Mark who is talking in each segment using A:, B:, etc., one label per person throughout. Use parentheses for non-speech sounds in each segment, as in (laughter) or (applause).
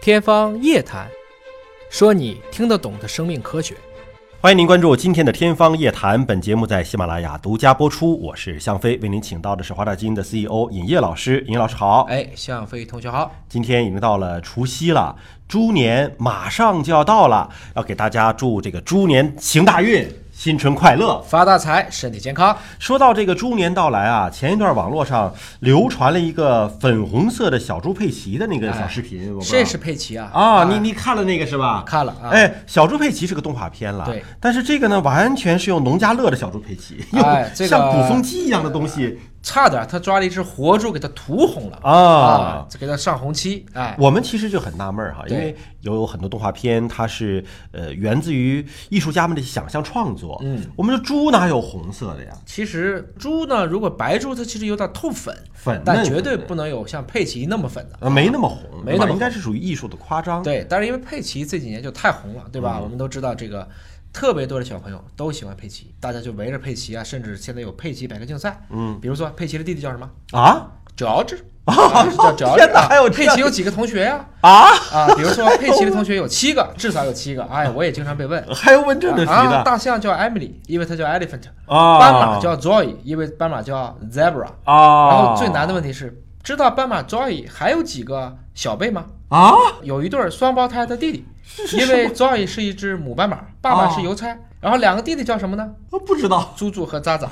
A: 天方夜谭，说你听得懂的生命科学。
B: 欢迎您关注今天的《天方夜谭》，本节目在喜马拉雅独家播出。我是向飞，为您请到的是华大基因的 CEO 尹烨老师。尹烨老师好，
A: 哎，向飞同学好。
B: 今天已经到了除夕了，猪年马上就要到了，要给大家祝这个猪年行大运，新春快乐。
A: 发大财，身体健康。
B: 说到这个猪年到来啊，前一段网络上流传了一个粉红色的小猪佩奇的那个小视频，我不知道
A: 这是佩奇啊！
B: 啊，你你看了那个是吧？
A: 看了啊
B: 哎，小猪佩奇是个动画片了，
A: 对。
B: 但是这个呢，完全是用农家乐的小猪佩奇，用
A: 哎这个
B: 像鼓风机一样的东西。
A: 差点他抓了一只活猪给他涂红了
B: 啊
A: 这给他上红漆。哎，
B: 我们其实就很纳闷儿哈，
A: 对
B: 因为有很多动画片，它是呃源自于艺术家们的想象创作。嗯，我们的猪哪有红色的呀？
A: 其实猪呢，如果白猪它其实有点透粉，
B: 粉嫩
A: 但绝对
B: 粉嫩
A: 不能有像佩奇那么粉的。
B: 呃，没那么红，
A: 没
B: 对
A: 那么
B: 吧
A: 红
B: 应该是属于艺术的夸张。
A: 对，但是因为佩奇这几年就太红了，对
B: 嗯
A: 吧？我们都知道这个，特别多的小朋友都喜欢佩奇，大家就围着佩奇啊，甚至现在有佩奇百科竞赛。嗯，比如说佩奇的弟弟叫什么？
B: 啊
A: George 啊，就是叫 George，
B: (laughs) 天哪
A: 啊
B: 还有这
A: 佩
B: 样
A: 奇有几个同学呀？
B: 啊，
A: 啊，比如
B: (laughs)
A: 说佩奇的同学有七个，至少有七个。哎，我也经常被问。
B: 还有问这个题
A: 啊，
B: 的
A: 大象叫 Emily，因为它叫 elephant；
B: 啊
A: 斑马叫 Joy，因为斑马叫 zebra。
B: 啊
A: 然后最难的问题是，知道斑马 Joy 还有几个小辈吗？
B: 啊，
A: 有一对儿双胞胎的弟弟，因为 Joy 是一只母斑马，爸爸是
B: 哦
A: 邮差。然后两个弟弟叫什么呢？
B: 不知道。
A: 猪猪和渣
B: (laughs)
A: 渣，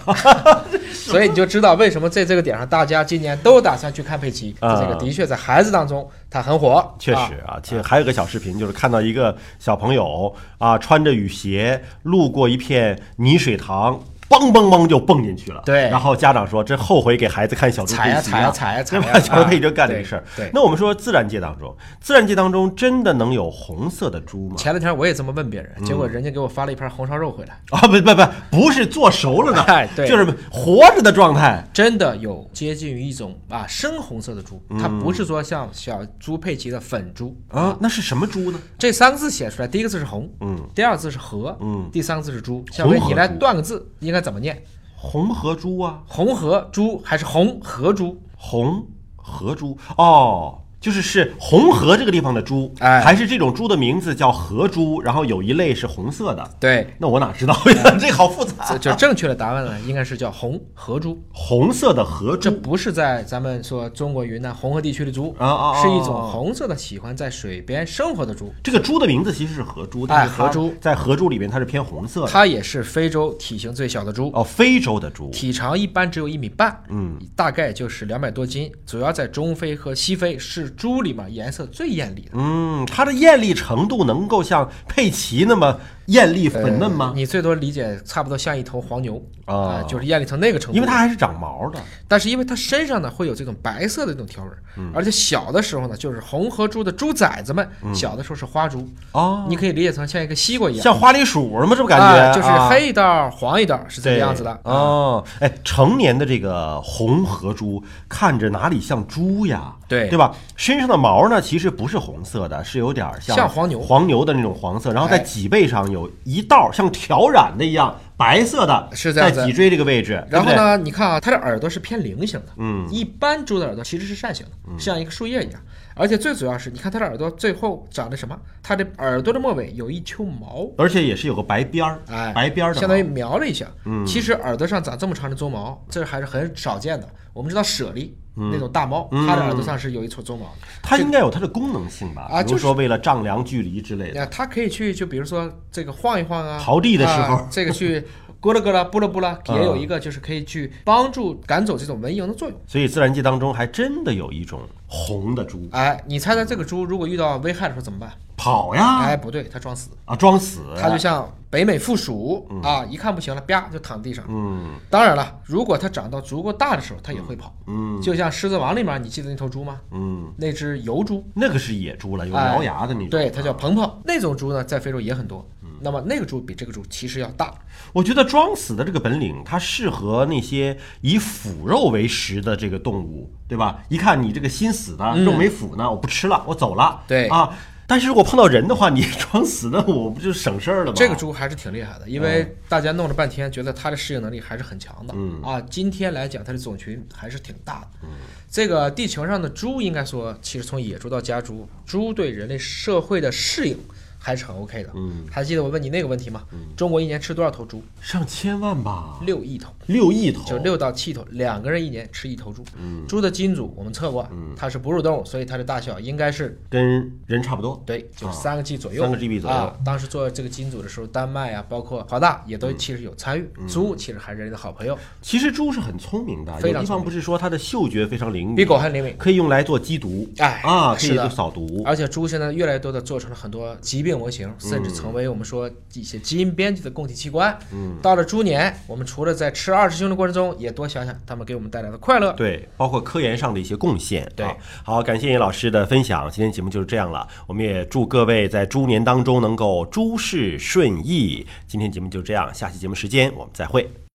A: 所以你就知道为什么在这个点上，大家今年都打算去看佩奇。
B: 啊
A: 这个的确在孩子当中，它很火，
B: 确
A: 啊
B: 实。啊，其实还有个小视频，就是看到一个小朋友啊，穿着雨鞋路过一片泥水塘，梆梆梆就蹦进去了。
A: 对
B: 然后家长说真后悔给孩子看小猪佩奇
A: 踩呀踩呀
B: (laughs)
A: 踩呀
B: 对
A: 踩呀
B: 吧？小猪佩奇就干这个事儿。
A: 对对
B: 那我们说自然界当中，自然界当中真的能有红色的
A: (laughs)
B: 猪吗？
A: 前两天我也这么问别
B: 嗯
A: 人，结果人家给我发了一盘红烧肉回来，
B: 啊，不不不，不是做熟了的，
A: 哎对
B: 就是活着的状态。
A: 真的有接近于一种啊深红色的猪，
B: 嗯
A: 它不是说像小猪佩奇的粉猪。
B: 啊，那是什么猪呢？
A: 这三个字写出来，第一个字是红，
B: 嗯，
A: 第二个字是河，
B: 嗯，
A: 第三个字是猪。小伟，
B: 红河
A: 你来
B: 猪
A: 断个字，应该怎么念？
B: 红河猪啊，
A: 红河猪还是红河猪？
B: 红河猪哦，就是是红河这个地方的猪，
A: 哎
B: 还是这种猪的名字叫河猪，然后有一类是红色的。
A: 对，
B: 那我哪知道呀？
A: 哎
B: 这好复杂。
A: (laughs) 这就正确的答案呢，应该是叫红河猪。
B: 红色的河
A: 这
B: 猪
A: 不是在咱们说中国云南红河地区的猪，
B: 啊啊啊
A: 是一种红色的喜欢在水边生活的猪。
B: 这个猪的名字其实是河猪，
A: 哎
B: 但是它
A: 河哎猪
B: 在河猪里面它是偏红色的。
A: 它也是非洲体型最小的猪，
B: 哦，非洲的猪
A: 体长一般只有一米半，嗯，大概就是两百多斤。主要在中非和西非是猪里面颜色最艳丽的。
B: 嗯，它的艳丽程度能够像佩奇那么艳丽粉嫩吗？
A: 呃你最多理解差不多像一头黄牛
B: 啊
A: 呃就是艳丽成那个程度。
B: 因为它还是长毛的。
A: 但是因为它身上呢会有这种白色的这种条纹，
B: 嗯
A: 而且小的时候呢，就是红河猪的猪崽子们，小的时候是花猪，
B: 哦，
A: 你可以理解成像一个西瓜一样，
B: 像花栗鼠了吗？这不感觉、
A: 啊、就是
B: 啊
A: 黑一道、黄一道是这个样子的。啊
B: 对哦，哎，成年的这个红河猪看着哪里像猪呀？
A: 对
B: 对吧？身上的毛呢，其实不是红色的，是有点儿像
A: 像黄牛
B: 黄牛的那种黄色，然后在
A: 哎
B: 脊背上有一道儿像挑染的一样白色的，
A: 是这
B: 在
A: 样子
B: 脊椎这个位置。
A: 然后
B: 对不对？
A: 呢，你看啊，它的耳朵是偏菱形的，嗯，一般猪的耳朵其实是扇形的，
B: 嗯
A: 像一个树叶一样。而且最主要是，你看它的耳朵最后长的什么？它的耳朵的末尾有一丘毛，
B: 而且也是有个白边儿，
A: 哎，
B: 白边儿的毛，
A: 相当于瞄了一下。嗯，其实耳朵上长这么长的鬃毛，这还是很少见的。我们知道猞猁、
B: 嗯
A: 那种大猫，它的耳朵上是有一撮鬃毛的。
B: 它应该有它的功能性吧？
A: 啊
B: 比
A: 就
B: 如
A: 是
B: 说为了丈量距离之类的。
A: 那它可以去，就比如说这个晃一晃啊，
B: 嗯刨地的时候嗯
A: 啊这个
B: (laughs)
A: 去咕噜咕啊噜、咕噜咕噜，也有一个就是可以去帮助赶走这种蚊蝇的作用。
B: 所以自然界当中还真的有一种红的猪，
A: 哎，你猜猜这个猪如果遇到危害的时候怎么办？
B: 跑呀
A: 哎，不对，它装死。
B: 啊，装死，
A: 它就像北美负鼠、
B: 嗯
A: 啊，一看不行了，啪就躺地上。嗯，当然了，如果它长到足够大的时候，它也会跑。嗯，就像《狮子王》里面，你记得那头猪吗？
B: 嗯，
A: 那只疣猪，
B: 那个是野猪了，有
A: 哎
B: 獠牙的那种。
A: 对，它叫鹏鹏。那种猪呢，在非洲也很多。
B: 嗯
A: 那么那个猪比这个猪其实要大。
B: 我觉得装死的这个本领，它适合那些以腐肉为食的这个动物，对吧？一看你这个心死的，肉没腐呢，我不吃了，我走了。
A: 嗯对
B: 啊，但是如果碰到人的话，你装死那我不就省事儿了吗？
A: 这个猪还是挺厉害的，因为大家弄了半天，觉得它的适应能力还是很强的。
B: 嗯
A: 啊，今天来讲，它的种群还是挺大的。这个地球上的猪，应该说，其实从野猪到家猪，猪对人类社会的适应还是很 OK 的。
B: 嗯，
A: 还记得我问你那个问题吗？中国一年吃多少头猪？
B: 上千万吧，
A: 六亿头。
B: 六亿头，
A: 就六到七头，两个人一年吃一头猪。
B: 嗯
A: 猪的基因组我们测过，它是哺乳动物，所以它的大小应该是
B: 跟人差不多。
A: 对，就
B: 啊
A: 是三个 G 左右，
B: 三个 GB 左右
A: 啊。当时做这个基因组的时候，丹麦啊，包括华大也都
B: 嗯
A: 其实有参与。猪其实还是人类的好朋友，
B: 其实猪是很聪明的，
A: 非
B: 有
A: 常
B: 地
A: 聪
B: 方
A: 明
B: 不是说它的嗅觉非常灵敏，
A: 比狗还灵敏。
B: 可以用来做缉毒，
A: 哎
B: 啊，可以
A: 是的
B: 做扫毒，
A: 而且猪现在越来越多的做成了很多疾病模型，甚至
B: 嗯
A: 成为我们说一些基因编辑的供体器官。嗯，到了猪年，我们除了在吃二师兄的过程中，也多想想他们给我们带来的快乐。
B: 对，包括科研上的一些贡献。
A: 对
B: 啊好，感谢尹老师的分享，今天节目就是这样了。我们也祝各位在猪年当中能够诸事顺意。今天节目就这样，下期节目时间我们再会。